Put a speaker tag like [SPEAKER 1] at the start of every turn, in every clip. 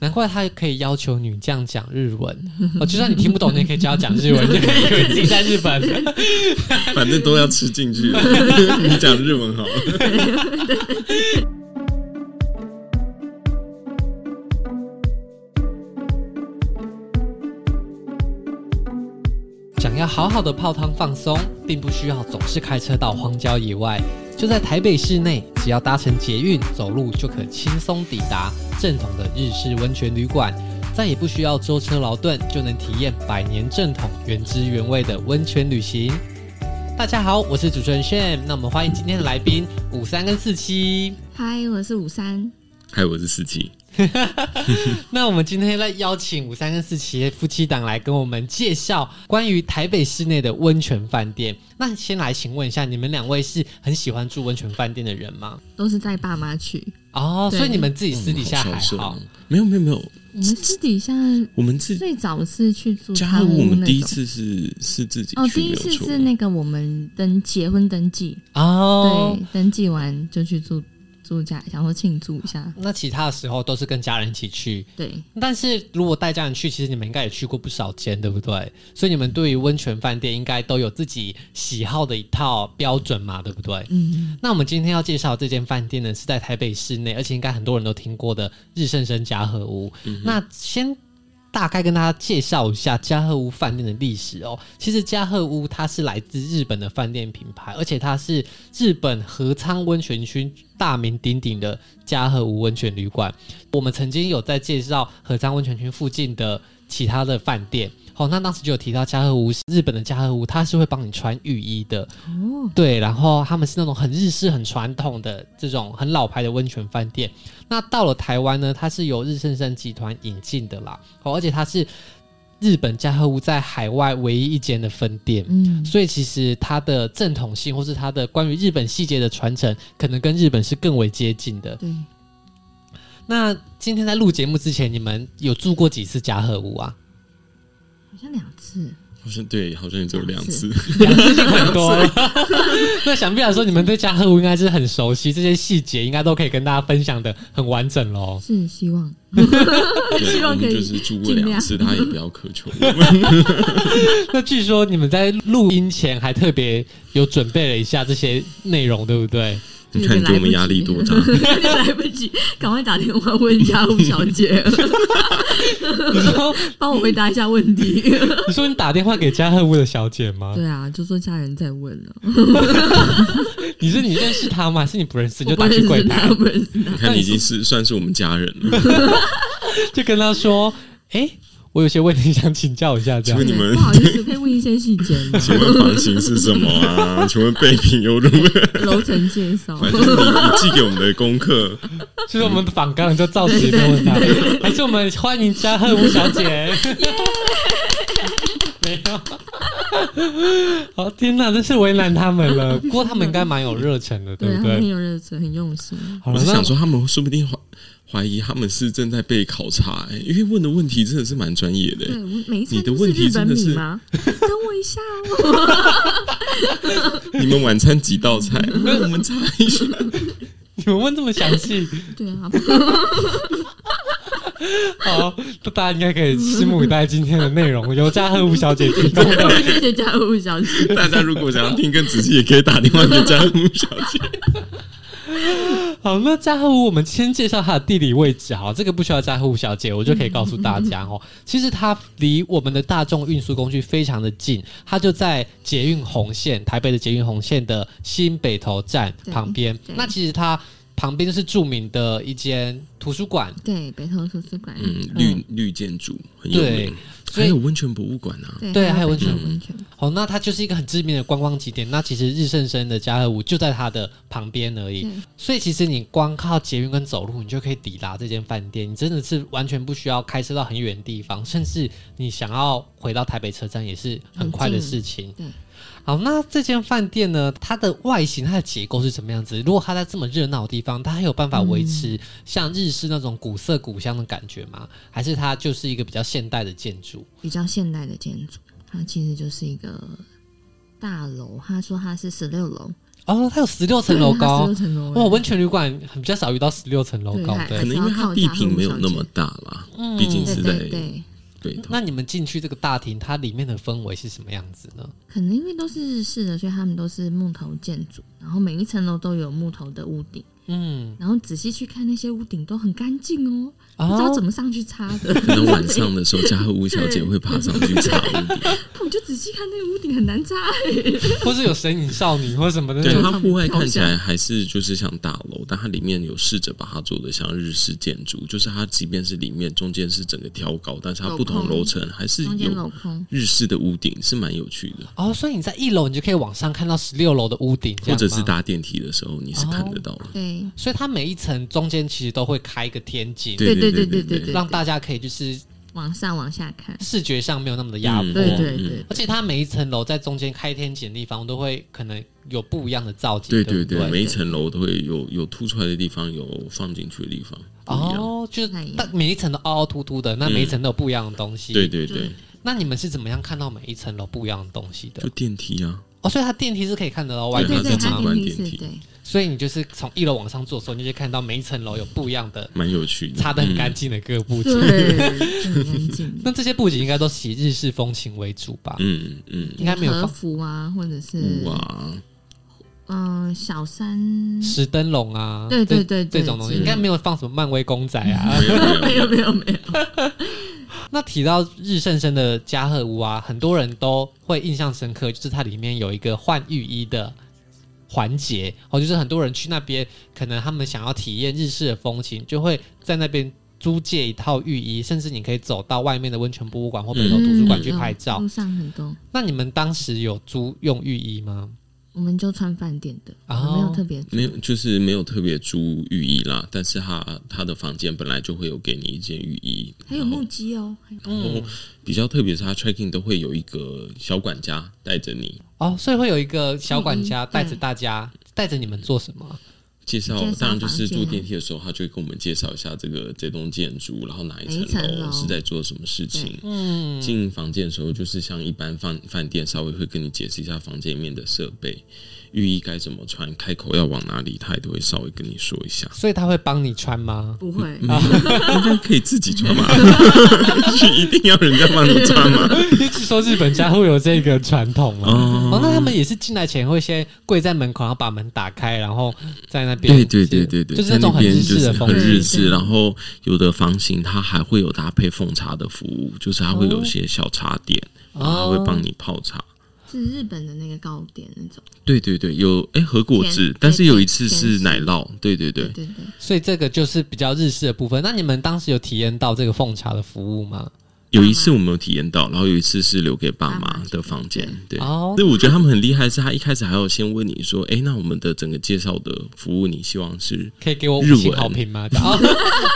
[SPEAKER 1] 难怪他可以要求女将讲日文，哦，就算你听不懂，你也可以只要讲日文，你就可以以为自己在日本。
[SPEAKER 2] 反正都要吃进去。 你讲日文好了。
[SPEAKER 1] 想要好好的泡汤放松，并不需要总是开车到荒郊野外，就在台北市内，只要搭乘捷运，走路就可轻松抵达正统的日式温泉旅馆，再也不需要舟车劳顿，就能体验百年正统、原汁原味的温泉旅行。大家好，我是主持人 Sham，那我们欢迎今天的来宾五三跟四七。
[SPEAKER 3] 嗨，我是五三。
[SPEAKER 2] 嗨，我是四七。
[SPEAKER 1] 那我们今天来邀请五三跟四七夫妻档来跟我们介绍关于台北市内的温泉饭店。那先来请问一下，你们两位是很喜欢住温泉饭店的人吗？
[SPEAKER 3] 都是带爸妈去，
[SPEAKER 1] 哦，
[SPEAKER 3] 对
[SPEAKER 1] 所以你们自己私底下还
[SPEAKER 2] 哦
[SPEAKER 1] 好。。
[SPEAKER 2] 没有没有没有，
[SPEAKER 3] 我们私底下
[SPEAKER 2] 我们自
[SPEAKER 3] 最早是去住
[SPEAKER 2] 家
[SPEAKER 3] 汤
[SPEAKER 2] 务，
[SPEAKER 3] 屋
[SPEAKER 2] 我们
[SPEAKER 3] 那
[SPEAKER 2] 第一
[SPEAKER 3] 种
[SPEAKER 2] 次是是自己去，
[SPEAKER 3] 哦，第一
[SPEAKER 2] 没
[SPEAKER 3] 次
[SPEAKER 2] 有错
[SPEAKER 3] 是那个我们登结婚登记，
[SPEAKER 1] 哦，
[SPEAKER 3] 对，登记完就去住住家，想说庆祝一下，
[SPEAKER 1] 那其他的时候都是跟家人一起去。
[SPEAKER 3] 对，
[SPEAKER 1] 嗯但是如果带家人去，其实你们应该也去过不少间，对不对？所以你们对于温泉饭店应该都有自己喜好的一套标准嘛，对不对？
[SPEAKER 3] 嗯，
[SPEAKER 1] 那我们今天要介绍这间饭店呢，是在台北市内，而且应该很多人都听过的日盛生嘉禾屋。那先大概跟大家介绍一下嘉禾屋饭店的历史哦。其实嘉禾屋它是来自日本的饭店品牌，而且它是日本河仓温泉区大名鼎鼎的嘉禾屋温泉旅馆。我们曾经有在介绍河仓温泉区附近的其他的饭店。好、那当时就有提到嘉禾屋，日本的嘉禾屋，它是会帮你穿浴衣的，
[SPEAKER 3] 哦，
[SPEAKER 1] 对，然后他们是那种很日式、很传统的这种很老牌的温泉饭店。那到了台湾呢，它是由日盛盛集团引进的啦，哦，而且它是日本嘉禾屋在海外唯一一间的分店。
[SPEAKER 3] 嗯，
[SPEAKER 1] 所以其实它的正统性，或是它的关于日本细节的传承，可能跟日本是更为接近的。
[SPEAKER 3] 对，
[SPEAKER 1] 那今天在录节目之前，你们有住过几次嘉禾 屋啊？
[SPEAKER 3] 好像两次，
[SPEAKER 2] 好像对，好像也只有两次。
[SPEAKER 1] 两次就很多了。 那想必来说，你们对嘉禾屋应该是很熟悉，这些细节应该都可以跟大家分享的很完整 喽。
[SPEAKER 3] 是希望，
[SPEAKER 2] 对，
[SPEAKER 3] 希
[SPEAKER 2] 我
[SPEAKER 3] 望
[SPEAKER 2] 们
[SPEAKER 3] 可以
[SPEAKER 2] 就是住过
[SPEAKER 3] 尽量
[SPEAKER 2] 两次，他也不要苛求我 们。
[SPEAKER 1] 那据说你们在录音前还特别有准备了一下这些内容，对不对？
[SPEAKER 2] 你看你给我们压力 多大？
[SPEAKER 3] 有点来不及，赶快打电话问家务小姐，
[SPEAKER 1] 你说，
[SPEAKER 3] 帮我回答一下问题。
[SPEAKER 1] 你说你打电话给嘉禾屋的小姐吗？
[SPEAKER 3] 对啊，就说家人在问了，
[SPEAKER 1] 你是你认识她吗？还是你不认识？你就
[SPEAKER 3] 我不
[SPEAKER 1] 打
[SPEAKER 3] 认
[SPEAKER 1] 去柜
[SPEAKER 3] 识
[SPEAKER 1] 台
[SPEAKER 3] 他，，不认识他
[SPEAKER 2] 你，看你已经是算是我们家人了。
[SPEAKER 1] 就跟她说：“哎、我有些问题想请教一下。”这样
[SPEAKER 2] 请问你们
[SPEAKER 3] 不好意思，可以问一些细节 吗？
[SPEAKER 2] 请问房型是什么啊？请问备品又如何？
[SPEAKER 3] 楼层介绍，
[SPEAKER 2] 反正就是你你寄给我们的功课，
[SPEAKER 1] 就是我们的访纲，你就照实问她，还是我们欢迎嘉禾屋小姐？没有。好天哪，真是为难他们了。不过他们应该蛮有热忱的，对
[SPEAKER 3] 对
[SPEAKER 1] 不
[SPEAKER 3] 他们
[SPEAKER 1] 对
[SPEAKER 3] 很？有热忱，很用心。
[SPEAKER 1] 好
[SPEAKER 2] 我
[SPEAKER 1] 了，
[SPEAKER 2] 是
[SPEAKER 1] 那
[SPEAKER 2] 想说，他们说不定怀怀疑他们是正在被考察、欸，因为问的问题真的是蛮专业的、
[SPEAKER 3] 对，
[SPEAKER 2] 欸。
[SPEAKER 3] 我每一
[SPEAKER 2] 你
[SPEAKER 3] 餐
[SPEAKER 2] 的
[SPEAKER 3] 都
[SPEAKER 2] 问题
[SPEAKER 3] 日
[SPEAKER 2] 真
[SPEAKER 3] 本
[SPEAKER 2] 的
[SPEAKER 3] 米
[SPEAKER 2] 是
[SPEAKER 3] 吗？等我一下哦，
[SPEAKER 2] 你们晚餐几道 菜？那我们查一下。
[SPEAKER 1] 你们问这么详细，
[SPEAKER 3] 对啊，
[SPEAKER 1] 好，那大家应该可以拭目以待今天的内容，由嘉禾吴小姐提供的。
[SPEAKER 3] 谢谢家务小姐。
[SPEAKER 2] 大家如果想要听更仔细，也可以打电话给家务小姐。
[SPEAKER 1] 好，那嘉禾屋我们先介绍它的地理位置，好，这个不需要嘉禾屋小姐，我就可以告诉大家哦。其实它离我们的大众运输工具非常的近，它就在捷运红线，台北的捷运红线的新北投站
[SPEAKER 3] 对
[SPEAKER 1] 旁边
[SPEAKER 3] 对。
[SPEAKER 1] 那其实它旁边就是著名的一间图书馆，
[SPEAKER 3] 对，北投图书馆，
[SPEAKER 2] 嗯，绿绿建筑很有
[SPEAKER 1] 对
[SPEAKER 2] 名，
[SPEAKER 1] 所
[SPEAKER 2] 还
[SPEAKER 1] 以
[SPEAKER 2] 有温泉博物馆啊。
[SPEAKER 3] 嗯
[SPEAKER 1] 对还有温
[SPEAKER 3] 温
[SPEAKER 1] 泉
[SPEAKER 3] 温泉，
[SPEAKER 1] 哦，那它就是一个很知名的观光景点。那其实日盛生的嘉禾屋就在它的旁边而已
[SPEAKER 3] 对，
[SPEAKER 1] 所以其实你光靠捷运跟走路，你就可以抵达这间饭店。你真的是完全不需要开车到很远的地方，甚至你想要回到台北车站也是很快的
[SPEAKER 3] 很近
[SPEAKER 1] 事情。
[SPEAKER 3] 对，
[SPEAKER 1] 好，那这间饭店呢，它的外形、它的结构是什么样子？如果它在这么热闹的地方，它还有办法维持像日式那种古色古香的感觉吗？还是它就是一个比较现代的建筑？
[SPEAKER 3] 比较现代的建筑，它其实就是一大楼。他说它是十六楼，
[SPEAKER 1] 哦，它有十六层楼高
[SPEAKER 3] 十六。层楼
[SPEAKER 1] 哇，
[SPEAKER 3] 哎
[SPEAKER 1] 温泉旅馆很比较少遇到十六层楼高的
[SPEAKER 3] 对
[SPEAKER 2] 可
[SPEAKER 1] 欸。
[SPEAKER 2] 能因为它地坪没有那么大啦，毕竟
[SPEAKER 3] 对
[SPEAKER 2] 是在
[SPEAKER 3] 嗯对对，
[SPEAKER 2] 北投。
[SPEAKER 1] 那你们进去这个大厅，它里面的氛围是什么样子呢？
[SPEAKER 3] 可能因为都是日式的，所以他们都是木头建筑，然后每一层楼都有木头的屋顶，
[SPEAKER 1] 嗯，
[SPEAKER 3] 然后仔细去看那些屋顶都很干净哦，
[SPEAKER 1] 哦
[SPEAKER 3] 不知道怎么上去擦的。
[SPEAKER 2] 可能晚上的时候，嘉禾吴小姐会爬上去查屋顶。
[SPEAKER 3] 我就仔细看那个屋顶很难擦、
[SPEAKER 1] 或是有神隐少女或什么的那
[SPEAKER 2] 对，
[SPEAKER 1] 种。
[SPEAKER 2] 它户外看起来还是就是像大楼，但它里面有试着把它做的像日式建筑，就是它即便是里面中间是整个挑高，但是它不同楼层还是
[SPEAKER 3] 中间镂
[SPEAKER 2] 有
[SPEAKER 3] 空。
[SPEAKER 2] 日式的屋顶，是蛮有趣的。
[SPEAKER 1] 哦，所以你在一楼，你就可以往上看到十六楼的屋顶，这
[SPEAKER 2] 或
[SPEAKER 1] 样
[SPEAKER 2] 者是
[SPEAKER 1] 吗
[SPEAKER 2] 搭电梯的时候，你是看得到的。
[SPEAKER 3] 对，
[SPEAKER 1] 所以它每一层中间其实都会开一个天井，
[SPEAKER 2] 对
[SPEAKER 3] 对
[SPEAKER 2] 对
[SPEAKER 3] 对
[SPEAKER 2] 对
[SPEAKER 3] 对
[SPEAKER 1] 让大家可以就是
[SPEAKER 3] 往上往下看。
[SPEAKER 1] 视觉上没有那么的压迫。
[SPEAKER 2] 嗯
[SPEAKER 3] 对对对，
[SPEAKER 1] 而且它每一层楼在中间开天井的地方都会可能有不一样的造景，
[SPEAKER 2] 对
[SPEAKER 1] 对
[SPEAKER 2] 对
[SPEAKER 1] 不
[SPEAKER 2] 对，每一层楼都会有有凸出来的地方，有放进去的地方，不一样。
[SPEAKER 1] 哦，就是
[SPEAKER 3] 不一样
[SPEAKER 1] 但每一层都凹凹凸凸的，那每一层都有不一样的东西。
[SPEAKER 2] 对，对对，
[SPEAKER 1] 那你们是怎么样看到每一层楼不一样的东西的
[SPEAKER 2] 就？电梯啊，
[SPEAKER 1] 哦，所以它电梯是可以看得到外
[SPEAKER 3] 对
[SPEAKER 1] 面
[SPEAKER 3] 对
[SPEAKER 1] 的
[SPEAKER 3] 对，
[SPEAKER 2] 它是
[SPEAKER 1] 吗
[SPEAKER 3] 它
[SPEAKER 2] 景观
[SPEAKER 3] 电梯
[SPEAKER 2] 电梯
[SPEAKER 3] 是对，
[SPEAKER 1] 所以你就是从一楼往上坐的时候，你就会看到每一层楼有不一样的
[SPEAKER 2] 蛮有趣的。
[SPEAKER 1] 擦得很干净的各个布景。
[SPEAKER 3] 嗯对，很干净。
[SPEAKER 1] 那这些布景应该都是以日式风情为主吧？
[SPEAKER 2] 嗯嗯，
[SPEAKER 1] 应该没有
[SPEAKER 3] 和
[SPEAKER 1] 放
[SPEAKER 3] 服啊，或者是
[SPEAKER 2] 嗯，哇，
[SPEAKER 3] 嗯、小 山，
[SPEAKER 1] 石灯笼啊，
[SPEAKER 3] 对对
[SPEAKER 1] 这
[SPEAKER 3] 对对
[SPEAKER 1] 这种东西
[SPEAKER 3] 之
[SPEAKER 1] 应
[SPEAKER 3] 类的
[SPEAKER 1] 该没有放什么漫威公仔 啊。
[SPEAKER 2] 没有没有
[SPEAKER 3] 没有没有没有，
[SPEAKER 1] 那提到日盛生的加贺屋啊，很多人都会印象深刻，就是它里面有一个换浴衣的。环节哦，就是很多人去那边，可能他们想要体验日式的风情，就会在那边租借一套浴衣，甚至你可以走到外面的温泉博物馆或北投图书馆去拍照。
[SPEAKER 3] 路上很多，
[SPEAKER 1] 那你们当时有租用浴衣吗？
[SPEAKER 3] 我们就穿饭店的，
[SPEAKER 1] 哦
[SPEAKER 3] 没有特别
[SPEAKER 2] 没有，就是没有特别租浴衣啦，但是他他的房间本来就会有给你一件浴衣，
[SPEAKER 3] 还有木屐哦，
[SPEAKER 2] 然后比较特别是他 trekking 都会有一个小管家带着你，
[SPEAKER 1] 哦，所以会有一个小管家
[SPEAKER 3] 嗯
[SPEAKER 1] 带着大家，带着你们做什么？
[SPEAKER 2] 介绍
[SPEAKER 3] 介绍
[SPEAKER 2] 当然就是
[SPEAKER 3] 房
[SPEAKER 2] 坐
[SPEAKER 3] 间
[SPEAKER 2] 电梯的时候，他就会跟我们介绍一下这个这栋建筑，然后哪一
[SPEAKER 3] 哪一层
[SPEAKER 2] 层楼
[SPEAKER 3] 楼
[SPEAKER 2] 是在做什么事情。
[SPEAKER 1] 嗯，
[SPEAKER 2] 进房间的时候，就是像一般饭饭店稍微会跟你解释一下房间里面的设备、浴衣该怎么穿、开口要往哪里，他也都会稍微跟你说一下。
[SPEAKER 1] 所以他会帮你穿吗？
[SPEAKER 3] 不会，
[SPEAKER 2] 应该可以自己 穿吧？是一定要人家帮你穿吗？
[SPEAKER 1] 一直说日本家会有这个传统嘛。哦，那他们也是进来前会先跪在门口，然后把门打开，然种在那边
[SPEAKER 2] 对对对对对，
[SPEAKER 1] 就是
[SPEAKER 2] 在
[SPEAKER 1] 那种很
[SPEAKER 2] 边
[SPEAKER 1] 日
[SPEAKER 2] 就
[SPEAKER 1] 式
[SPEAKER 2] 是
[SPEAKER 1] 的
[SPEAKER 2] 很
[SPEAKER 1] 风
[SPEAKER 3] 格
[SPEAKER 2] 日
[SPEAKER 1] 情。
[SPEAKER 2] 式，然后有的房型它还会有搭配奉茶的服务，就是它会有一些小茶点，
[SPEAKER 1] 哦
[SPEAKER 2] 然后它会帮你泡茶。
[SPEAKER 3] 是日本的那个糕点那种，
[SPEAKER 2] 对对对，有哎和果
[SPEAKER 3] 甜
[SPEAKER 2] 汁
[SPEAKER 3] 对，
[SPEAKER 2] 但是有一次
[SPEAKER 3] 甜
[SPEAKER 2] 是
[SPEAKER 3] 食
[SPEAKER 2] 奶酪，对对对
[SPEAKER 3] 对，对对，
[SPEAKER 1] 所以这个就是比较日式的部分。那你们当时有体验到这个奉茶的服务吗？
[SPEAKER 2] 有一次我没有体验到，然后有一次是留给爸
[SPEAKER 3] 爸
[SPEAKER 2] 妈
[SPEAKER 3] 妈
[SPEAKER 2] 的房间，对。
[SPEAKER 1] 哦
[SPEAKER 2] 所以我觉得他们很厉害，是他一开始还要先问你说，哎，那我们的整个介绍的服务，你希望是
[SPEAKER 1] 可以给我五
[SPEAKER 2] 日文
[SPEAKER 1] 星好评吗？ 哦，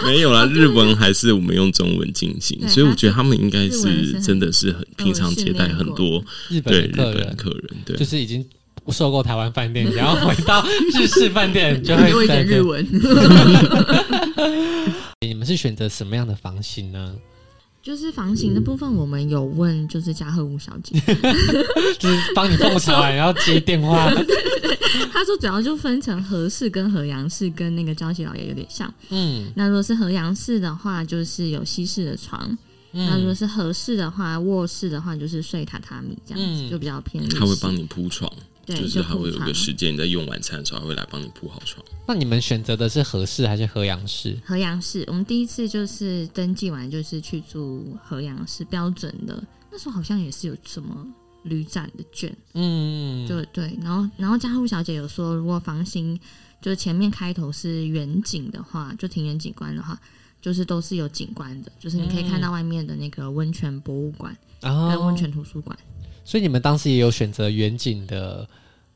[SPEAKER 2] 没有啦，日文还是我们用中文进行，
[SPEAKER 3] 对
[SPEAKER 2] 所以我觉得他们应该
[SPEAKER 3] 日文是
[SPEAKER 2] 是
[SPEAKER 3] 很
[SPEAKER 2] 真的是很平常接待很多
[SPEAKER 1] 日
[SPEAKER 2] 对
[SPEAKER 1] 本
[SPEAKER 2] 日
[SPEAKER 1] 的客
[SPEAKER 2] 本
[SPEAKER 1] 人
[SPEAKER 2] 客人，对
[SPEAKER 1] 就，是已经受够台湾饭店，然后回到日式饭店就
[SPEAKER 3] 给我
[SPEAKER 1] 会
[SPEAKER 3] 一
[SPEAKER 1] 在那
[SPEAKER 3] 点日
[SPEAKER 1] 边
[SPEAKER 3] 文，
[SPEAKER 1] 你们是选择什么样的房型呢？
[SPEAKER 3] 就是房型的部分，我们有问就是嘉禾舞小姐，
[SPEAKER 1] 就是帮你奉茶完，然后接电话。
[SPEAKER 3] 她说主要就分成和式跟和洋式，跟那个娇妻老爷有点像。
[SPEAKER 1] 嗯，
[SPEAKER 3] 那如果是和洋式的话，就是有西式的床；那如果是和式的话，卧室的话就是睡榻榻米这样子，
[SPEAKER 1] 嗯
[SPEAKER 3] 就比较偏日式。
[SPEAKER 2] 他会帮你铺床，
[SPEAKER 3] 对，
[SPEAKER 2] 就是他
[SPEAKER 3] 铺
[SPEAKER 2] 会有一
[SPEAKER 3] 床
[SPEAKER 2] 个时间，你在用晚餐的时候，他会来帮你铺好床。
[SPEAKER 1] 那你们选择的是合适还是合洋式？
[SPEAKER 3] 和洋式。我们第一次就是登记完就是去住和洋式标准的，那时候好像也是有什么旅展的券，
[SPEAKER 1] 嗯，
[SPEAKER 3] 就对。然后然后家户小姐有说，如果房型就是前面开头是远景的话，就庭园景观的话。就是都是有景观的，就是你可以
[SPEAKER 1] 嗯
[SPEAKER 3] 看到外面的那个温泉博物馆
[SPEAKER 1] 然
[SPEAKER 3] 跟
[SPEAKER 1] 后
[SPEAKER 3] 温，泉图书馆。
[SPEAKER 1] 所以你们当时也有选择远景的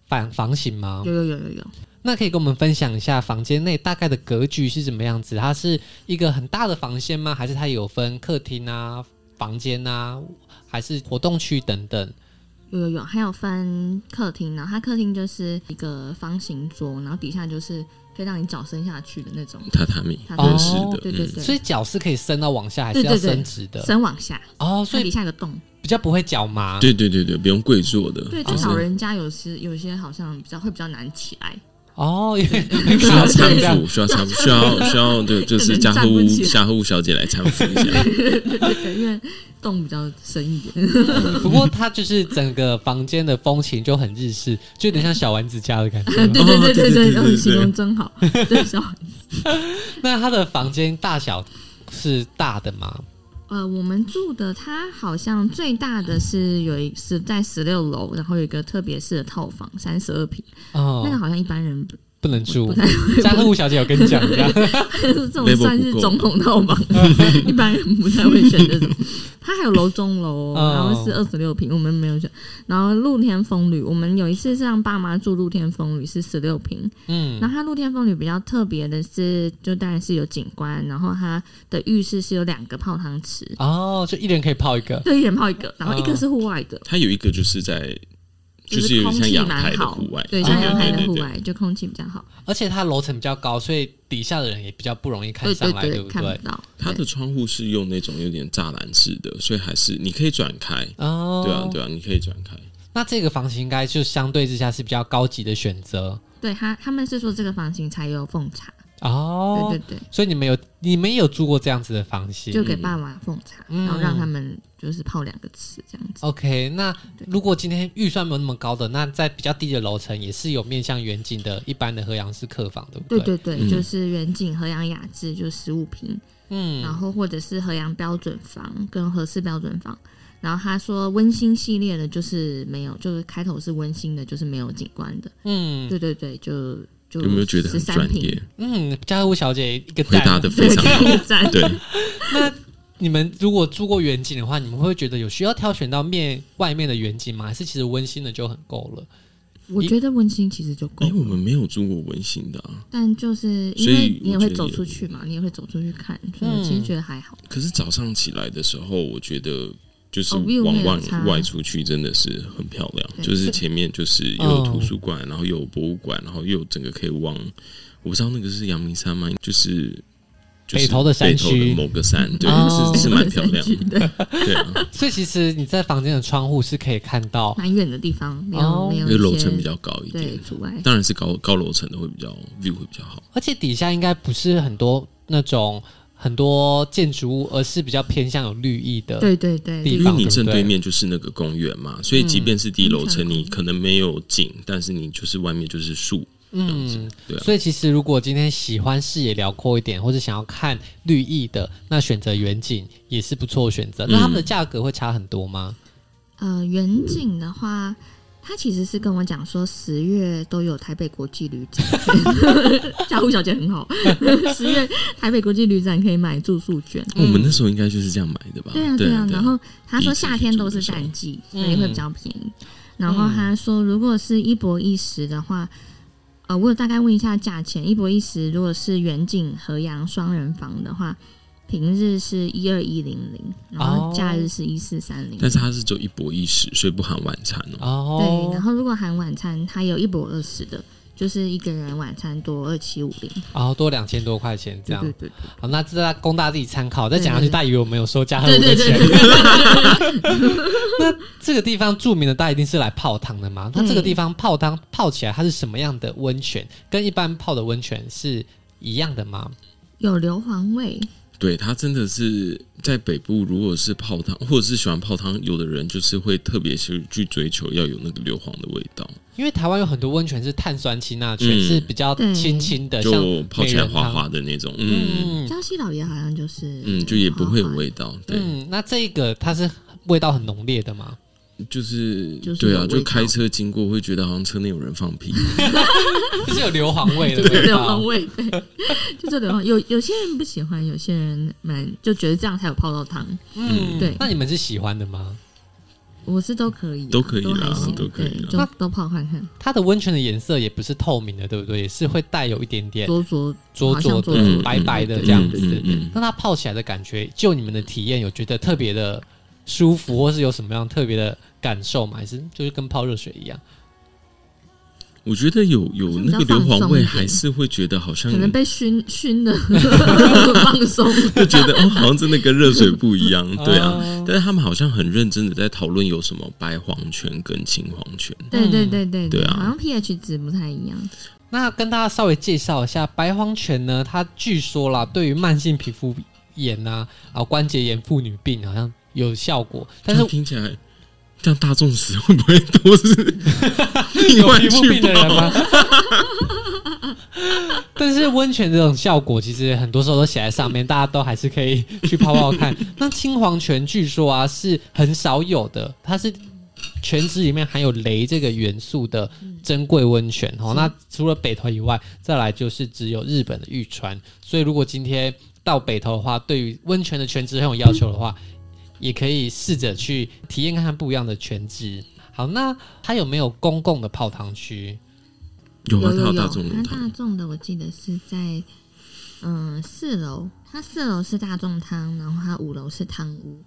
[SPEAKER 1] 房房型吗
[SPEAKER 3] 有？有有有有，
[SPEAKER 1] 那可以跟我们分享一下房间内大概的格局是怎么样子？它是一个很大的房间吗？还是它有分客厅啊、房间啊，还是活动区等等？
[SPEAKER 3] 有有有，还有分客厅，然后它客厅就是一个方形桌，然后底下就是可以让你脚伸下去的那种，
[SPEAKER 2] 榻榻米，
[SPEAKER 3] 榻
[SPEAKER 1] 哦
[SPEAKER 2] 日式的，
[SPEAKER 3] 对对对，
[SPEAKER 1] 所以脚是可以伸到往下，还是
[SPEAKER 3] 对对
[SPEAKER 1] 要
[SPEAKER 3] 对
[SPEAKER 1] 伸直的？
[SPEAKER 3] 伸往下，
[SPEAKER 1] 哦，
[SPEAKER 3] 所
[SPEAKER 1] 所
[SPEAKER 3] 以底
[SPEAKER 1] 以
[SPEAKER 3] 下有个洞，
[SPEAKER 1] 比较不会脚麻。
[SPEAKER 2] 对对对对，不用跪坐的，
[SPEAKER 1] 哦
[SPEAKER 3] 对，
[SPEAKER 2] 就
[SPEAKER 3] 就是老人家有时有些好像比较会比较难起来，
[SPEAKER 1] 哦， 因为
[SPEAKER 2] 需要
[SPEAKER 1] 这样
[SPEAKER 2] 搀扶，需要搀扶，需要需要对，就是家
[SPEAKER 3] 可能站
[SPEAKER 2] 户
[SPEAKER 3] 不起来
[SPEAKER 2] 家户小姐来搀扶一下。
[SPEAKER 3] 对，因为洞比较深一点。
[SPEAKER 1] 不过它就是整个房间的风情就很日式，就有点像小丸子家的感觉。
[SPEAKER 3] 对
[SPEAKER 2] 对
[SPEAKER 3] 对对
[SPEAKER 2] 对
[SPEAKER 3] 对
[SPEAKER 2] 对
[SPEAKER 3] 对，
[SPEAKER 2] 对
[SPEAKER 3] 哦，形容真好。对，小孩
[SPEAKER 1] 那它的房间大小是大的吗？
[SPEAKER 3] 呃，我们住的它好像最大的是有一是在十六楼，然后有一个特别式的套房，三十二平，
[SPEAKER 1] 哦
[SPEAKER 3] 那，个好像一般人不
[SPEAKER 1] 不能住
[SPEAKER 3] 不。太
[SPEAKER 1] 家和物小姐有跟你讲一下，
[SPEAKER 3] 这种
[SPEAKER 2] Level
[SPEAKER 3] 算
[SPEAKER 2] 不
[SPEAKER 3] 是
[SPEAKER 2] 够
[SPEAKER 3] 总统套房，一般人不太会选这种。它还有楼中楼，
[SPEAKER 1] 哦
[SPEAKER 3] 然后是二十六平，我们没有选。然后露天风旅，我们有一次是让爸妈住露天风旅，是十六平。
[SPEAKER 1] 嗯
[SPEAKER 3] 然后它露天风旅比较特别的是，就当然是有景观，然后它的浴室是有两个泡汤池，
[SPEAKER 1] 哦，就一人可以泡一个，
[SPEAKER 3] 对，一人泡一个，然后一
[SPEAKER 1] 哦
[SPEAKER 3] 个是户外的，
[SPEAKER 2] 它有一个就是在，嗯就
[SPEAKER 3] 就是
[SPEAKER 2] 有
[SPEAKER 3] 空
[SPEAKER 2] 点像
[SPEAKER 3] 气
[SPEAKER 2] 阳
[SPEAKER 3] 蛮
[SPEAKER 2] 台的
[SPEAKER 3] 好
[SPEAKER 2] 户外，哦
[SPEAKER 3] 对，
[SPEAKER 1] 对
[SPEAKER 3] 像
[SPEAKER 1] 对
[SPEAKER 3] 阳台
[SPEAKER 2] 对
[SPEAKER 3] 的户
[SPEAKER 2] 对
[SPEAKER 3] 外，就空气比较好，
[SPEAKER 1] 而且它楼层比较高，所以底下的人也比较不容易看
[SPEAKER 3] 对
[SPEAKER 1] 上来，
[SPEAKER 3] 对，
[SPEAKER 1] 不
[SPEAKER 3] 看
[SPEAKER 1] 对？
[SPEAKER 3] 不到。
[SPEAKER 2] 它的
[SPEAKER 3] 对
[SPEAKER 2] 窗户是用那种有点栅栏式的，所以还是你可以转开。
[SPEAKER 1] 哦，
[SPEAKER 2] 对啊，对啊，你可以转开。
[SPEAKER 1] 那这个房型应该就相对之下是比较高级的选择
[SPEAKER 3] 对他他们是说这个房型才有奉茶，
[SPEAKER 1] 哦。
[SPEAKER 3] 对对
[SPEAKER 1] 所以你们有你们也有住过这样子的房
[SPEAKER 3] 对，
[SPEAKER 1] 型
[SPEAKER 3] 就给爸妈奉茶，
[SPEAKER 1] 嗯
[SPEAKER 3] 然后让他们就是泡两个池这样子。
[SPEAKER 1] ？OK，那
[SPEAKER 3] 对
[SPEAKER 1] 如果今天预算没有那么高的，那在比较低的楼层也是有面向远景的一般的合洋式客房，对不
[SPEAKER 3] 对
[SPEAKER 1] 对？
[SPEAKER 3] 对对，
[SPEAKER 2] 嗯
[SPEAKER 3] 就是远景和洋雅致就十五平，
[SPEAKER 1] 嗯，
[SPEAKER 3] 然后或者是和洋标准房跟合适标准房。然后他说温馨系列的就是没有，就是开头是温馨的，就是没有景观的。
[SPEAKER 1] 嗯
[SPEAKER 3] 对对对，就就
[SPEAKER 2] 有没有觉得很
[SPEAKER 3] 13
[SPEAKER 2] 专
[SPEAKER 3] 平
[SPEAKER 2] 业？？
[SPEAKER 1] 嗯，家务小姐一个
[SPEAKER 2] 回答
[SPEAKER 1] 赞。
[SPEAKER 2] 的非
[SPEAKER 3] 对，
[SPEAKER 2] 常好。
[SPEAKER 3] 可以 赞。
[SPEAKER 2] 对，
[SPEAKER 1] 你们如果住过远景的话，你们会不会觉得有需要挑选到面外面的远景吗？还是其实温馨的就很够了？
[SPEAKER 3] 我觉得温馨其实就够
[SPEAKER 2] 因为
[SPEAKER 3] 了，
[SPEAKER 2] 我们没有住过温馨的啊，
[SPEAKER 3] 但就是因
[SPEAKER 2] 所
[SPEAKER 3] 为
[SPEAKER 2] 以
[SPEAKER 3] 你也
[SPEAKER 2] 我觉
[SPEAKER 3] 会
[SPEAKER 2] 得
[SPEAKER 3] 走
[SPEAKER 2] 也
[SPEAKER 3] 出去嘛，你也会走出去看，所以我
[SPEAKER 2] 嗯
[SPEAKER 3] 其实觉得还好。
[SPEAKER 2] 可是早上起来的时候，我觉得就是
[SPEAKER 3] 哦，view
[SPEAKER 2] 往
[SPEAKER 3] 没有差
[SPEAKER 2] 外外出去真的是很漂亮，
[SPEAKER 3] 对
[SPEAKER 2] 就是前面就是又有图书馆，然后又有博物馆，然后又有整个可以望，我不知道那个是阳明山吗？就是。就是
[SPEAKER 1] 北投的山
[SPEAKER 2] 北投
[SPEAKER 1] 区
[SPEAKER 2] 某个山，对，
[SPEAKER 1] 哦
[SPEAKER 2] 是是蛮漂亮的，
[SPEAKER 3] 对，
[SPEAKER 2] 对啊，
[SPEAKER 1] 所以其实你在房间的窗户是可以看到
[SPEAKER 3] 蛮远的地方，没有、
[SPEAKER 1] 哦
[SPEAKER 3] 没
[SPEAKER 2] 因
[SPEAKER 3] 有一
[SPEAKER 2] 为
[SPEAKER 3] 些
[SPEAKER 2] 楼层比较高一
[SPEAKER 3] 对
[SPEAKER 2] 点，
[SPEAKER 3] 阻碍。
[SPEAKER 2] 当然是高高楼层的会比较 view 会比较好。
[SPEAKER 1] 而且底下应该不是很多那种很多建筑物，而是比较偏向有绿意的。，
[SPEAKER 3] 对对对，
[SPEAKER 1] 地
[SPEAKER 2] 因
[SPEAKER 3] 绿
[SPEAKER 2] 为
[SPEAKER 1] 方
[SPEAKER 2] 你
[SPEAKER 1] 对不
[SPEAKER 2] 正
[SPEAKER 1] 对
[SPEAKER 2] 对面就是那个公园嘛，所以即便是低楼层，
[SPEAKER 3] 嗯
[SPEAKER 2] 你可能没有景，但是你就是外面就是树，
[SPEAKER 1] 嗯，
[SPEAKER 2] 对啊
[SPEAKER 1] 所以其实如果今天喜欢视野辽阔一点，或者想要看绿意的，那选择远景也是不错的选择。那他们的价格会差很多吗？
[SPEAKER 3] 呃远景的话。他其实是跟我讲说，十月都有台北国际旅展， 家务小姐很好。十月台北国际旅展可以买住宿券，
[SPEAKER 2] 哦我们那时候应该就是这样买的吧？
[SPEAKER 3] 对啊，
[SPEAKER 2] 对
[SPEAKER 3] 对啊。然后他
[SPEAKER 2] 第
[SPEAKER 3] 说
[SPEAKER 2] 一次去
[SPEAKER 3] 夏天都
[SPEAKER 2] 住的
[SPEAKER 3] 是
[SPEAKER 2] 时候
[SPEAKER 3] 淡季，
[SPEAKER 1] 嗯
[SPEAKER 3] 所以会比较便宜。然后他说，如果是一博一十的话，呃，我有大概问一下价钱，一博一十如果是远景和洋双人房的话，平日是一二一零零，然后假日是一四三零。
[SPEAKER 2] 但是它是只有一博一食，所以不含晚餐哦。
[SPEAKER 1] 哦
[SPEAKER 3] 对，，然后如果含晚餐，它有一博二十的，就是一个人晚餐多二七五零，
[SPEAKER 1] 然哦后多两千多块钱这
[SPEAKER 3] 对
[SPEAKER 1] 样
[SPEAKER 3] 对。对
[SPEAKER 1] 好，那这大家供大家自己参考。再
[SPEAKER 3] 对
[SPEAKER 1] 讲下去，
[SPEAKER 3] 对对
[SPEAKER 1] 大家以为我们有收加和
[SPEAKER 3] 对
[SPEAKER 1] 我的
[SPEAKER 3] 对
[SPEAKER 1] 钱
[SPEAKER 3] 对。
[SPEAKER 1] 那 这个地方著名的，大家一定是来泡汤的嘛？那这个地方泡汤泡起来，它是什么样的温泉？跟一般泡的温泉是一样的吗？
[SPEAKER 3] 有硫磺味，
[SPEAKER 2] 对，它真的是在北部，如果是泡汤，或者是喜欢泡汤，有的人就是会特别去去追求要有那个硫磺的味道，
[SPEAKER 1] 因为台湾有很多温泉是碳酸氢钠泉，
[SPEAKER 2] 嗯
[SPEAKER 1] 是比较
[SPEAKER 3] 对
[SPEAKER 1] 清清的，像
[SPEAKER 2] 就泡起来滑
[SPEAKER 1] 美人
[SPEAKER 2] 滑的那种。嗯
[SPEAKER 1] 嗯
[SPEAKER 3] 江西老爷好像就是
[SPEAKER 2] 嗯，就也不会有
[SPEAKER 3] 花花
[SPEAKER 2] 味道。对，
[SPEAKER 1] 嗯，那这个它是味道很浓烈的嘛？
[SPEAKER 2] 就是
[SPEAKER 3] 就是
[SPEAKER 2] 对啊，
[SPEAKER 3] 有
[SPEAKER 2] 就
[SPEAKER 3] 味
[SPEAKER 2] 开
[SPEAKER 3] 道
[SPEAKER 2] 车经过会觉得好像车内有人放屁。
[SPEAKER 1] 就是有硫磺 味的
[SPEAKER 3] 就是
[SPEAKER 1] 味
[SPEAKER 3] 流
[SPEAKER 1] 道
[SPEAKER 3] 氓。味，对，就是流氓。有有些人不喜欢，有些人蛮就觉得这样才有泡到汤。
[SPEAKER 1] 嗯，
[SPEAKER 3] 对
[SPEAKER 1] 那你们是喜欢的吗？
[SPEAKER 3] 我是都可以啊、
[SPEAKER 2] 都可以啦
[SPEAKER 3] 还行，
[SPEAKER 2] 都可以啊啦
[SPEAKER 3] 对
[SPEAKER 1] 那
[SPEAKER 3] 就都泡看看，
[SPEAKER 1] 它的温泉的颜色也不是透明的，对不对？也是会带有一点点
[SPEAKER 3] 灼灼
[SPEAKER 1] 灼
[SPEAKER 3] 好像
[SPEAKER 1] 灼
[SPEAKER 3] 灼
[SPEAKER 1] 的、
[SPEAKER 2] 灼
[SPEAKER 1] 白白的
[SPEAKER 2] 嗯
[SPEAKER 1] 这样
[SPEAKER 2] 嗯
[SPEAKER 1] 子
[SPEAKER 2] 嗯嗯。
[SPEAKER 1] 那它泡起来的感觉，就你们的体验，有觉得特别的舒服，或是有什么样特别的感受吗？还是就是跟泡热水一样？
[SPEAKER 2] 我觉得有有那个
[SPEAKER 3] 比较
[SPEAKER 2] 硫
[SPEAKER 3] 放
[SPEAKER 2] 磺
[SPEAKER 3] 松
[SPEAKER 2] 味，
[SPEAKER 3] 一
[SPEAKER 2] 还
[SPEAKER 3] 点
[SPEAKER 2] 是会觉得好像
[SPEAKER 3] 可能被熏熏的 很 放松。
[SPEAKER 2] 就觉 得哦，好像真的跟热水不一样，对
[SPEAKER 1] 哦
[SPEAKER 2] 啊。但是他们好像很认真的在讨论有什么白黄泉跟青黄泉。
[SPEAKER 3] 对对对对
[SPEAKER 2] 对啊
[SPEAKER 3] 好像 pH 值不太一样。
[SPEAKER 1] 那跟大家稍微介绍一下，白黄泉呢，它据说啦，对于慢性皮肤炎啊、啊关节炎、妇女病好像有效果，但
[SPEAKER 2] 这
[SPEAKER 1] 是
[SPEAKER 2] 样听起来，这样大众死会不会都 是另
[SPEAKER 1] 有
[SPEAKER 2] 外
[SPEAKER 1] 皮肤
[SPEAKER 2] 去
[SPEAKER 1] 病的人
[SPEAKER 2] 报？
[SPEAKER 1] 吗？但是温泉这种效果，其实很多时候都写在上面，大家都还是可以去泡泡看。那青黄泉据说啊是很少有的，它是泉质里面含有镭这个元素的珍贵温泉哦。那除了北投以外，再来就是只有日本的玉川。所以如果今天到北投的话，对于温泉的泉质很有要求的话，也可以试着去体验看看不一样的泉质。好，那它有没有公共的泡汤区？
[SPEAKER 2] 有啊，
[SPEAKER 3] 有
[SPEAKER 2] 他
[SPEAKER 3] 有
[SPEAKER 2] 有
[SPEAKER 3] 有
[SPEAKER 2] 大众，
[SPEAKER 3] 它
[SPEAKER 2] 龙
[SPEAKER 3] 大
[SPEAKER 2] 堂，
[SPEAKER 3] 众的我记得是在嗯、四楼，它四楼是大众汤，然后它五楼是汤屋，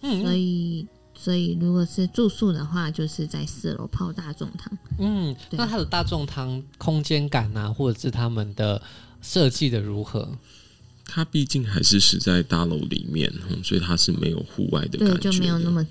[SPEAKER 3] 所
[SPEAKER 1] 嗯
[SPEAKER 3] 以所以如果是住宿的话，就是在四楼泡大众汤。
[SPEAKER 1] 嗯，
[SPEAKER 3] 对
[SPEAKER 1] 那它的大众汤空间感啊，或者是他们的设计的如何？
[SPEAKER 2] 它毕竟还是是在大楼里面，嗯所以它是没有户外的
[SPEAKER 3] 对，
[SPEAKER 2] 感觉
[SPEAKER 3] 就
[SPEAKER 2] 的。
[SPEAKER 3] 没有那么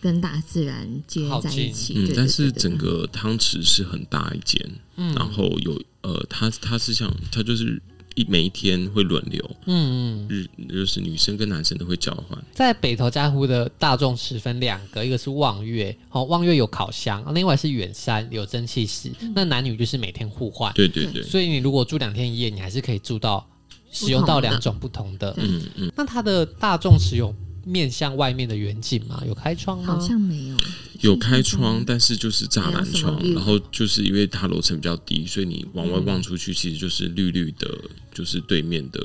[SPEAKER 3] 跟大自然接
[SPEAKER 1] 靠
[SPEAKER 3] 在一
[SPEAKER 1] 近
[SPEAKER 3] 起。对
[SPEAKER 2] 嗯
[SPEAKER 3] 对，
[SPEAKER 2] 但
[SPEAKER 3] 对
[SPEAKER 2] 是
[SPEAKER 3] 对
[SPEAKER 2] 整个汤池是很大一间，
[SPEAKER 1] 嗯
[SPEAKER 2] 然后有呃，它它是像它就是一每一天会轮流，
[SPEAKER 1] 嗯嗯，
[SPEAKER 2] 日就是女生跟男生都会交换。
[SPEAKER 1] 在北投嘉湖的大众池分两个，一个是望月，哦，望月有烤箱，另外是远山有蒸汽室，那男女就是每天互换。
[SPEAKER 2] 对对对，
[SPEAKER 1] 所以你如果住两天一夜，你还是可以住到使用到两种不同的。
[SPEAKER 3] 对
[SPEAKER 2] 嗯嗯，
[SPEAKER 1] 那它的大众池有面向外面的远景吗？有开窗吗
[SPEAKER 3] 好？像没有
[SPEAKER 2] 有开窗，但是就是栅栏窗
[SPEAKER 3] 没有什么，view
[SPEAKER 2] 然后就是因为它楼层比较低，所以你往外望出去，其实就是绿绿的，就是对面的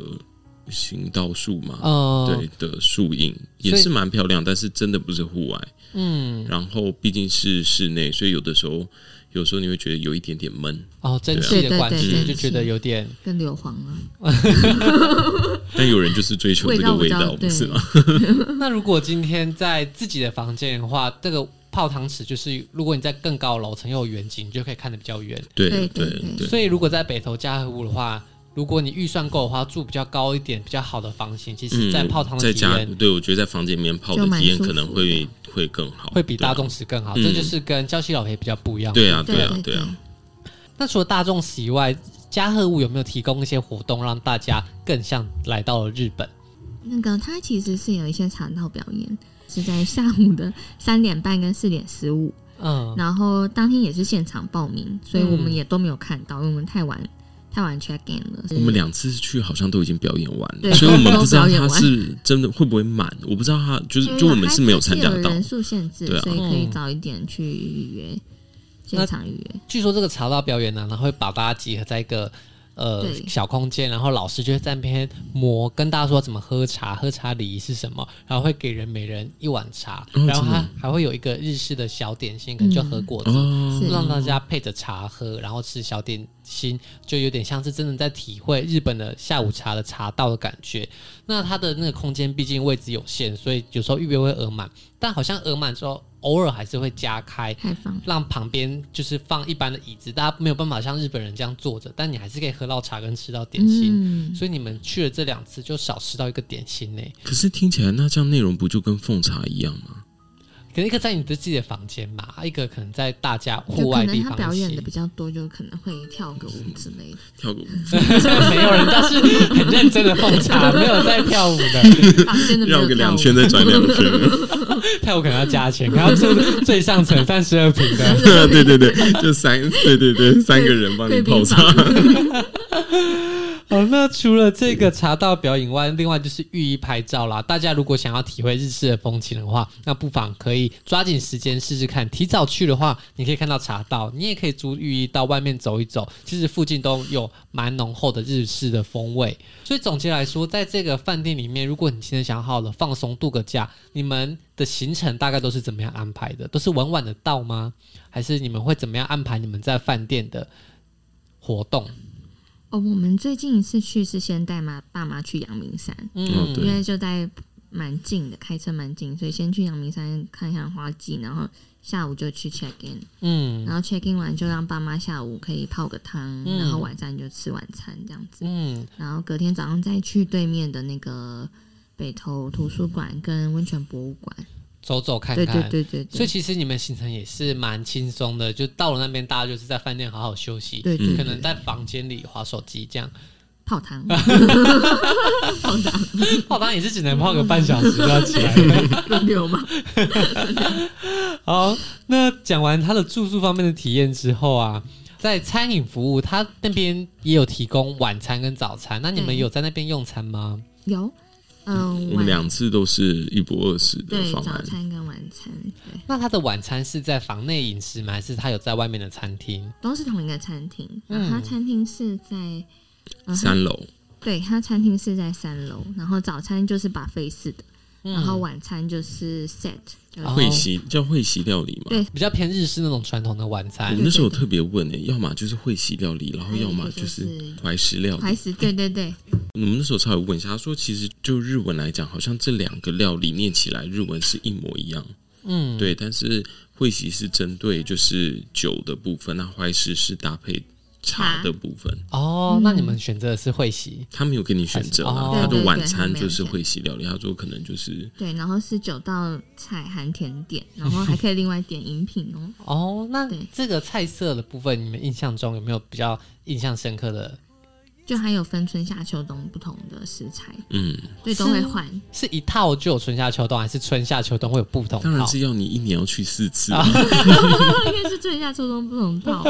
[SPEAKER 2] 行道树嘛，
[SPEAKER 1] 呃，
[SPEAKER 2] 对的树荫
[SPEAKER 1] 所以
[SPEAKER 2] 也是蛮漂亮，但是真的不是户外。
[SPEAKER 1] 嗯，
[SPEAKER 2] 然后毕竟是室内，所以有的时候，有时候你会觉得有一点点闷，
[SPEAKER 1] 哦，蒸汽的
[SPEAKER 3] 对
[SPEAKER 1] 关
[SPEAKER 3] 对
[SPEAKER 1] 系
[SPEAKER 2] 对
[SPEAKER 1] 就觉得有点
[SPEAKER 3] 跟硫磺啊，
[SPEAKER 2] 但有人就是追求这个
[SPEAKER 3] 道比
[SPEAKER 2] 味
[SPEAKER 3] 较
[SPEAKER 2] 道，
[SPEAKER 3] 对
[SPEAKER 2] 不是吗？
[SPEAKER 1] 那如果今天在自己的房间的话，这个泡汤池就是，如果你在更高楼层又有远景，你就可以看得比较远。
[SPEAKER 2] 对
[SPEAKER 3] 对
[SPEAKER 2] 对
[SPEAKER 3] 对对
[SPEAKER 2] 对，
[SPEAKER 1] 所以如果在北投嘉禾湖的话，如果你预算够的话，住比较高一点、比较好的房型，其实在泡汤
[SPEAKER 2] 嗯在
[SPEAKER 1] 的体
[SPEAKER 2] 家
[SPEAKER 1] 验，
[SPEAKER 2] 对我觉得在房间里面泡
[SPEAKER 3] 就
[SPEAKER 2] 的
[SPEAKER 3] 蛮
[SPEAKER 2] 体验
[SPEAKER 3] 舒
[SPEAKER 2] 可能
[SPEAKER 3] 服
[SPEAKER 2] 会会更好，
[SPEAKER 1] 会比
[SPEAKER 2] 对啊
[SPEAKER 1] 大众池更好。
[SPEAKER 2] 嗯
[SPEAKER 1] 这就是跟娇妻老爷比较不一样。
[SPEAKER 2] 对啊对啊
[SPEAKER 3] 对
[SPEAKER 2] 对啊，
[SPEAKER 1] 那除了大众池以外，嘉禾湖有没有提供一些活动，让大家更像来到了日本？
[SPEAKER 3] 那个它其实是有一些茶道表演，是在下午的三点半跟四点十五，
[SPEAKER 1] 嗯，
[SPEAKER 3] 然后当天也是现场报名，所以我们
[SPEAKER 1] 嗯
[SPEAKER 3] 也都没有看到，因为我们太晚太晚 check in 了。
[SPEAKER 2] 我们两次去好像都已经表演完
[SPEAKER 3] 对
[SPEAKER 2] 了，所以我们不知道
[SPEAKER 3] 都表演
[SPEAKER 2] 他
[SPEAKER 3] 完
[SPEAKER 2] 是真的会不会满，我不知道他就是就我们是没有参加
[SPEAKER 3] 它是
[SPEAKER 2] 到
[SPEAKER 3] 有，人数限制
[SPEAKER 2] 对，啊
[SPEAKER 3] 所以可以早一点去预约现场预约。
[SPEAKER 1] 据说这个茶道表演呢、然后会把大家集合在一个呃
[SPEAKER 3] 对
[SPEAKER 1] 小空间，然后老师就会在那边磨，跟大家说怎么喝茶，喝茶礼仪是什么，然后会给人每人一碗茶，
[SPEAKER 2] 哦
[SPEAKER 1] 然后
[SPEAKER 2] 真的
[SPEAKER 1] 他还会有一个日式的小点心，可能就喝果子。
[SPEAKER 2] 哦，
[SPEAKER 3] 是
[SPEAKER 1] 让大家配着茶喝，然后吃小点心，就有点像是真的在体会日本的下午茶的茶道的感觉。那它的那个空间毕竟位置有限，所以有时候预约会额满，但好像额满之后偶尔还是会加开，
[SPEAKER 3] 开放
[SPEAKER 1] 让旁边就是放一般的椅子，大家没有办法像日本人这样坐着，但你还是可以喝到茶跟吃到点心。
[SPEAKER 3] 嗯，
[SPEAKER 1] 所以你们去了这两次，就少吃到一个点心呢、
[SPEAKER 2] 可是听起来那这样内容不就跟奉茶一样吗？
[SPEAKER 1] 可能一个在你的自己的房间嘛，啊一个可能在大家户
[SPEAKER 3] 就可
[SPEAKER 1] 外
[SPEAKER 3] 能
[SPEAKER 1] 地
[SPEAKER 3] 他
[SPEAKER 1] 方
[SPEAKER 3] 表
[SPEAKER 1] 一
[SPEAKER 3] 演
[SPEAKER 1] 起
[SPEAKER 3] 的比较多，就可能会 跳个舞之类的。
[SPEAKER 2] 跳个舞，
[SPEAKER 1] 没有人家是很认真的奉茶，没有在跳舞的，
[SPEAKER 3] 啊真的没有
[SPEAKER 2] 绕个
[SPEAKER 3] 跳
[SPEAKER 2] 两
[SPEAKER 3] 舞
[SPEAKER 2] 圈再转两圈，
[SPEAKER 1] 跳舞可能要加钱，可能要住最上层三十二平的。
[SPEAKER 2] 对对对，就三对对对三个人帮你
[SPEAKER 3] 贵
[SPEAKER 2] 泡
[SPEAKER 3] 宾
[SPEAKER 2] 茶，
[SPEAKER 3] 房
[SPEAKER 1] 好，那除了这个茶道表演外，另外就是浴衣拍照啦。大家如果想要体会日式的风情的话，那不妨可以抓紧时间试试看。提早去的话，你可以看到茶道，你也可以租浴衣到外面走一走。其实附近都有蛮浓厚的日式的风味。所以总结来说，在这个饭店里面，如果你今天想好了放松度个假，你们的行程大概都是怎么样安排的？都是晚晚的到吗？还是你们会怎么样安排你们在饭店的活动？嗯
[SPEAKER 3] 哦，我们最近一次去是先带妈爸妈去阳明山，
[SPEAKER 2] 哦对
[SPEAKER 3] 因为就在蛮近的，开车蛮近，所以先去阳明山看看花季，然后下午就去 check in，
[SPEAKER 1] 嗯
[SPEAKER 3] 然后 check in 完就让爸妈下午可以泡个汤，
[SPEAKER 1] 嗯
[SPEAKER 3] 然后晚上就吃晚餐这样子，
[SPEAKER 1] 嗯
[SPEAKER 3] 然后隔天早上再去对面的那个北投图书馆跟温泉博物馆，
[SPEAKER 1] 走走看
[SPEAKER 3] 对
[SPEAKER 1] 看。
[SPEAKER 3] 对对对
[SPEAKER 1] 所以
[SPEAKER 3] 对，
[SPEAKER 1] 其实你们行程也是蛮轻松的，就到了那边，大家就是在饭店好好休息，
[SPEAKER 3] 对对，
[SPEAKER 1] 可
[SPEAKER 3] 对
[SPEAKER 1] 能在房间里划手机这样。
[SPEAKER 3] 泡汤，
[SPEAKER 1] 泡汤也是只能泡个半小时就要起来 了。
[SPEAKER 3] 轮流嘛，
[SPEAKER 1] 好，那讲完他的住宿方面的体验之后啊，在餐饮服务，他那边也有提供晚餐跟早餐。那你们
[SPEAKER 3] 对
[SPEAKER 1] 有在那边用餐吗？
[SPEAKER 3] 有，嗯，
[SPEAKER 2] 我们
[SPEAKER 3] 晚
[SPEAKER 2] 两次都是一不二十的
[SPEAKER 3] 对
[SPEAKER 2] 方
[SPEAKER 3] 早
[SPEAKER 2] 案，
[SPEAKER 3] 餐跟晚餐，对，
[SPEAKER 1] 那他的晚餐是在房内饮食吗？还是他有在外面的餐厅？
[SPEAKER 3] 都是同一个餐厅，
[SPEAKER 1] 嗯
[SPEAKER 3] 然后它餐厅是在，嗯它
[SPEAKER 2] 三楼。
[SPEAKER 3] 对，它餐厅是在三楼，然后早餐就是 buffet 式的，
[SPEAKER 1] 嗯
[SPEAKER 2] 嗯
[SPEAKER 3] 然后晚餐就是 set，就是
[SPEAKER 1] 哦
[SPEAKER 2] 会席叫会席料理嘛？
[SPEAKER 3] 对
[SPEAKER 1] 比较偏日式那种传统的晚餐
[SPEAKER 2] 我。那时候有特别问诶、要么就是会席料理，然后
[SPEAKER 3] 还有
[SPEAKER 2] 要么
[SPEAKER 3] 一
[SPEAKER 2] 就
[SPEAKER 3] 个就是哎是
[SPEAKER 2] 怀石料理。
[SPEAKER 3] 怀石，对对对，
[SPEAKER 2] 我们那时候稍微问一下，他说其实就日文来讲，好像这两个料理念起来日文是一模一样，
[SPEAKER 1] 嗯，
[SPEAKER 2] 对。但是会席是针对就是酒的部分，那怀石是搭配茶
[SPEAKER 3] 茶
[SPEAKER 2] 的部分。
[SPEAKER 1] 哦，那你
[SPEAKER 3] 嗯
[SPEAKER 1] 们选择的是会席，
[SPEAKER 2] 他没有给你选择啦，
[SPEAKER 1] 还是哦
[SPEAKER 2] 他
[SPEAKER 1] 对
[SPEAKER 2] 的
[SPEAKER 1] 对
[SPEAKER 2] 晚
[SPEAKER 3] 对他
[SPEAKER 2] 餐
[SPEAKER 3] 没有
[SPEAKER 2] 就是
[SPEAKER 3] 选
[SPEAKER 2] 会席料理，他说可能就是
[SPEAKER 3] 对，然后是九道菜含甜点，然后还可以另外点饮品哦。
[SPEAKER 1] 哦，那
[SPEAKER 3] 对
[SPEAKER 1] 这个菜色的部分，你们印象中有没有比较印象深刻的？
[SPEAKER 3] 就还有分春夏秋冬不同的食材，
[SPEAKER 2] 嗯，
[SPEAKER 3] 对，都会 换。
[SPEAKER 1] 是一套就有春夏秋冬，还是春夏秋冬会有不同
[SPEAKER 2] 当
[SPEAKER 1] 套
[SPEAKER 2] 然？是要你一年要去四次
[SPEAKER 3] 哦
[SPEAKER 2] 啊，
[SPEAKER 3] 应该是春夏秋冬不同道，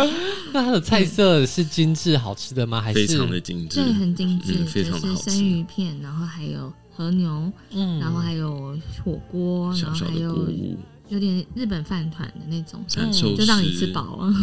[SPEAKER 1] 那它的菜色是精致好吃的吗？还
[SPEAKER 2] 非
[SPEAKER 1] 是
[SPEAKER 2] 常的精致
[SPEAKER 3] 对，。很精致，
[SPEAKER 2] 嗯非
[SPEAKER 3] 就
[SPEAKER 2] 常的
[SPEAKER 3] 是
[SPEAKER 2] 好吃
[SPEAKER 3] 生鱼片，然后还有和牛，
[SPEAKER 1] 嗯
[SPEAKER 3] 然后还有火锅，然
[SPEAKER 2] 小
[SPEAKER 3] 后
[SPEAKER 2] 小
[SPEAKER 3] 还
[SPEAKER 2] 的
[SPEAKER 3] 有
[SPEAKER 2] 锅物，
[SPEAKER 3] 有点日本饭团的那种，
[SPEAKER 2] 斩寿
[SPEAKER 3] 就让你
[SPEAKER 2] 司
[SPEAKER 3] 吃饱啊。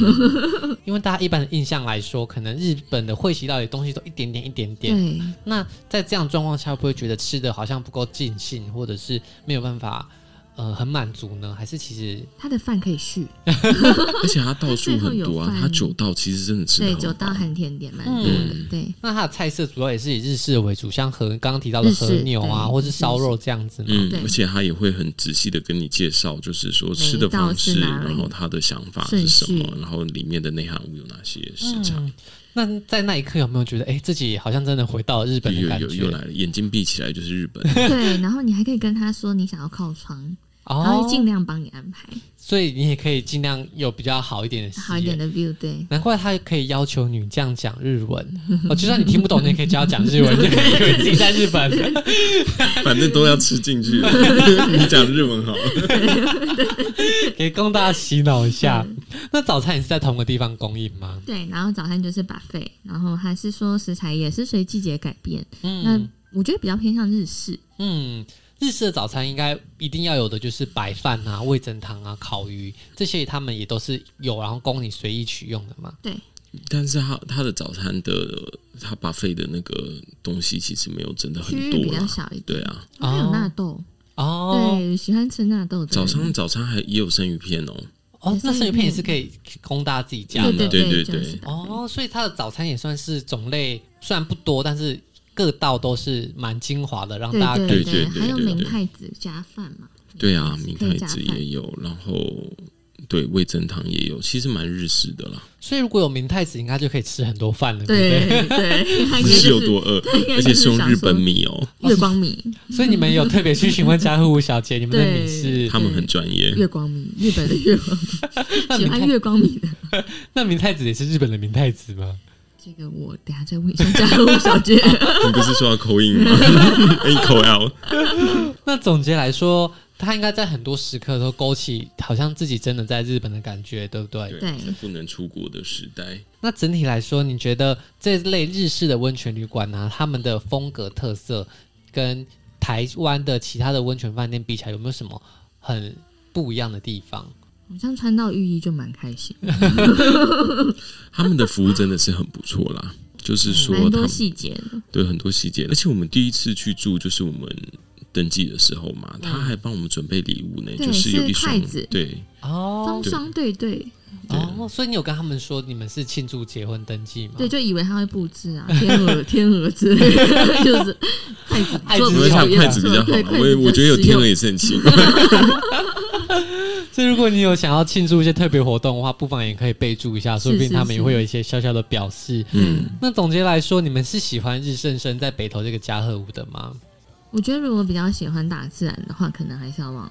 [SPEAKER 1] 因为大家一般的印象来说，可能日本的会席料理东西都一点点一点点。
[SPEAKER 3] 对，
[SPEAKER 1] 那在这样状况下，会不会觉得吃的好像不够尽兴，或者是没有办法呃很满足呢？还是其实
[SPEAKER 3] 他的饭可以续，
[SPEAKER 2] 而且它道数
[SPEAKER 3] 它最后
[SPEAKER 2] 很
[SPEAKER 3] 有
[SPEAKER 2] 多啊，
[SPEAKER 3] 饭
[SPEAKER 2] 它九道其实真的吃的
[SPEAKER 3] 对，
[SPEAKER 2] 很
[SPEAKER 3] 九道
[SPEAKER 2] 饱
[SPEAKER 3] 含甜点蛮多的，
[SPEAKER 2] 嗯
[SPEAKER 3] 对，
[SPEAKER 1] 那它的菜色主要也是以日式为主，像和刚刚提到的
[SPEAKER 3] 日式
[SPEAKER 1] 和牛啊，
[SPEAKER 3] 对
[SPEAKER 1] 或是烧肉这样子嘛。
[SPEAKER 2] 嗯
[SPEAKER 3] 对，
[SPEAKER 2] 而且他也会很仔细的跟你介绍，就是说吃的方式，
[SPEAKER 3] 每一道是哪里
[SPEAKER 2] 然后他的想法是什
[SPEAKER 3] 顺
[SPEAKER 2] 么，然后里面的内涵物有哪些食材。
[SPEAKER 1] 嗯那在那一刻有没有觉得，哎、自己好像真的回到日本的
[SPEAKER 2] 又
[SPEAKER 1] 感
[SPEAKER 2] 又
[SPEAKER 1] 觉？
[SPEAKER 2] 又来了，眼睛闭起来就是日本。
[SPEAKER 3] 对，然后你还可以跟他说你想要靠窗，然后
[SPEAKER 1] 哦
[SPEAKER 3] 就，尽量帮你安排
[SPEAKER 1] 所以你也可以尽量有比较好一点的视野
[SPEAKER 3] 好一点的 view，对，
[SPEAKER 1] 难怪他可以要求女将讲日文，哦，就算你听不懂，你也可以教她讲日文，你就可以以为自己在日本。
[SPEAKER 2] 反正都要吃进去， 你讲日文好了。
[SPEAKER 1] 给供大家洗脑一下。那早餐也是在同个地方供应吗？
[SPEAKER 3] 对，然后早餐就是 buffet，然后还是说食材也是随季节改变，
[SPEAKER 1] 嗯
[SPEAKER 3] 那我觉得比较偏向日式，
[SPEAKER 1] 嗯，日式的早餐应该一定要有的就是白饭啊、味噌汤啊、烤鱼这些，他们也都是有，然后供你随意取用的嘛。
[SPEAKER 3] 对，
[SPEAKER 2] 但是他他的早餐的他把费的那个东西其实没有真的很
[SPEAKER 3] 区域比
[SPEAKER 2] 多
[SPEAKER 3] 较
[SPEAKER 2] 啦。
[SPEAKER 3] 小一点，
[SPEAKER 2] 对啊，
[SPEAKER 3] 还有纳豆，
[SPEAKER 1] 哦
[SPEAKER 3] 对，喜欢吃纳豆的
[SPEAKER 2] 早
[SPEAKER 3] 人，
[SPEAKER 2] 上早餐还也有生鱼片哦，
[SPEAKER 1] 哦，那生鱼片也是可以供大家自己加
[SPEAKER 3] 对
[SPEAKER 1] 的。
[SPEAKER 3] 对
[SPEAKER 2] 对对
[SPEAKER 3] 就是
[SPEAKER 2] 对
[SPEAKER 3] buffet
[SPEAKER 1] 哦，所以它的早餐也算是种类虽然不多，但是各道都是蛮精华的，让
[SPEAKER 3] 对
[SPEAKER 1] 大家可以
[SPEAKER 3] 对
[SPEAKER 2] 对对对
[SPEAKER 3] 还有
[SPEAKER 2] 对对
[SPEAKER 3] 明太子加饭嘛，
[SPEAKER 2] 对啊，明
[SPEAKER 3] 可以
[SPEAKER 2] 太
[SPEAKER 3] 加
[SPEAKER 2] 子
[SPEAKER 3] 饭
[SPEAKER 2] 也有，然后对味增汤也有，其实蛮日式的啦。
[SPEAKER 1] 所以如果有明太子，应该就可以吃很多饭了，对不 对？
[SPEAKER 3] 对对，还
[SPEAKER 2] 不
[SPEAKER 3] 可以
[SPEAKER 2] 是有
[SPEAKER 3] 就是
[SPEAKER 2] 多饿
[SPEAKER 3] 应该，
[SPEAKER 2] 而且
[SPEAKER 3] 就是
[SPEAKER 2] 用
[SPEAKER 3] 是
[SPEAKER 2] 日
[SPEAKER 3] 想说
[SPEAKER 2] 本米哦，
[SPEAKER 3] 月光米，
[SPEAKER 1] 所以你们有特别去询问家户小姐，你们的米是
[SPEAKER 2] 他们很专业。
[SPEAKER 3] 月光米，日本的月光
[SPEAKER 1] 那
[SPEAKER 3] 米，喜
[SPEAKER 1] 明
[SPEAKER 3] 欢
[SPEAKER 1] 太
[SPEAKER 3] 月光米的。
[SPEAKER 1] 那明太子也是日本的明太子吗？
[SPEAKER 3] 这个我等下再问一下家务小姐。
[SPEAKER 2] 你不是说要口音 吗？
[SPEAKER 3] 啊
[SPEAKER 2] 你口 out。
[SPEAKER 1] 那总结来说，他应该在很多时刻都勾起好像自己真的在日本的感觉，对不对？
[SPEAKER 2] 对，
[SPEAKER 3] 对
[SPEAKER 2] 在不能出国的时代，
[SPEAKER 1] 那整体来说，你觉得这类日式的温泉旅馆呢、他们的风格特色跟台湾的其他的温泉饭店比起来，有没有什么很不一样的地方？
[SPEAKER 3] 好像穿到浴衣就蛮开心，
[SPEAKER 2] 他们的服务真的是很不错啦。就是说
[SPEAKER 3] 蛮
[SPEAKER 2] 他
[SPEAKER 3] 多
[SPEAKER 2] 们
[SPEAKER 3] 细节的。
[SPEAKER 2] 对很多细节，而且我们第一次去住就是我们登记的时候嘛，他还帮我们准备礼物呢，
[SPEAKER 3] 对
[SPEAKER 2] 就是有一
[SPEAKER 3] 是
[SPEAKER 2] 双
[SPEAKER 3] 筷子
[SPEAKER 2] 对
[SPEAKER 1] 哦
[SPEAKER 3] 双双对对，
[SPEAKER 2] 对，
[SPEAKER 1] 哦，哦，所以你有跟他们说你们是庆祝结婚登记吗？
[SPEAKER 3] 对，，就以为他会布置啊，天鹅、天鹅之类 的，就是筷子
[SPEAKER 1] 筷子
[SPEAKER 3] 做
[SPEAKER 2] 你
[SPEAKER 1] 我
[SPEAKER 3] 比
[SPEAKER 2] 们
[SPEAKER 1] 也
[SPEAKER 3] 较
[SPEAKER 1] 想
[SPEAKER 2] 想
[SPEAKER 1] 有
[SPEAKER 2] 筷子比较好
[SPEAKER 3] 对
[SPEAKER 2] 啦，
[SPEAKER 3] 筷子
[SPEAKER 2] 我也
[SPEAKER 3] 比较
[SPEAKER 2] 我觉得有
[SPEAKER 3] 实
[SPEAKER 2] 天鹅
[SPEAKER 3] 用
[SPEAKER 2] 也是很奇怪。
[SPEAKER 1] 所以如果你有想要庆祝一些特别活动的话，不妨也可以备注一下，说不定
[SPEAKER 3] 是
[SPEAKER 1] 他们也
[SPEAKER 3] 是
[SPEAKER 1] 会有一些小小的表示。
[SPEAKER 2] 嗯，
[SPEAKER 1] 那总结来说，你们是喜欢日盛生在北投这个嘉禾屋的吗？
[SPEAKER 3] 我觉得如果比较喜欢大自然的话，可能还是要往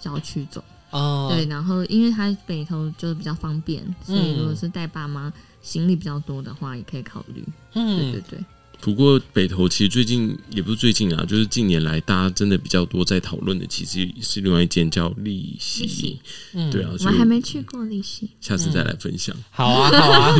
[SPEAKER 3] 郊区走。
[SPEAKER 1] 哦，嗯
[SPEAKER 3] 对，然后因为它北头就比较方便，所以如果是带爸妈行李比较多的话，也可以考虑。对对
[SPEAKER 1] 嗯，
[SPEAKER 3] 对，
[SPEAKER 2] 不过北投其实最近也不是最近啊，就是近年来大家真的比较多在讨论的，其实是另外一间叫利
[SPEAKER 3] 利息
[SPEAKER 2] 息，
[SPEAKER 1] 嗯
[SPEAKER 2] 对啊，
[SPEAKER 3] 我
[SPEAKER 2] 所
[SPEAKER 3] 们
[SPEAKER 2] 以
[SPEAKER 3] 还没去过利息，
[SPEAKER 2] 下次再来分享。
[SPEAKER 1] 好啊，好啊，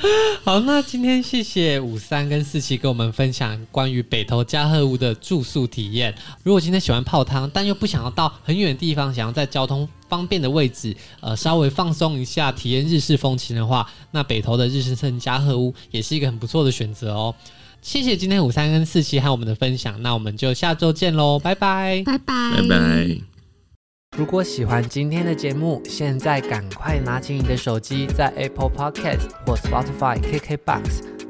[SPEAKER 1] 好。那今天谢谢五三跟四七跟我们分享关于北投嘉禾屋的住宿体验。如果今天喜欢泡汤，但又不想要到很远的地方，想要在交通方便的位置，呃，稍微放松一下，体验日式风情的话，那北投的日式圣嘉禾屋也是一个很不错的选择哦。谢谢今天五三跟四七和我们的分享，那我们就下周见喽，拜拜。
[SPEAKER 3] 拜拜，
[SPEAKER 2] 拜拜。
[SPEAKER 4] 如果喜欢今天的节目，现在赶快拿起你的手机，在 Apple Podcast 或 Spotify、KKBox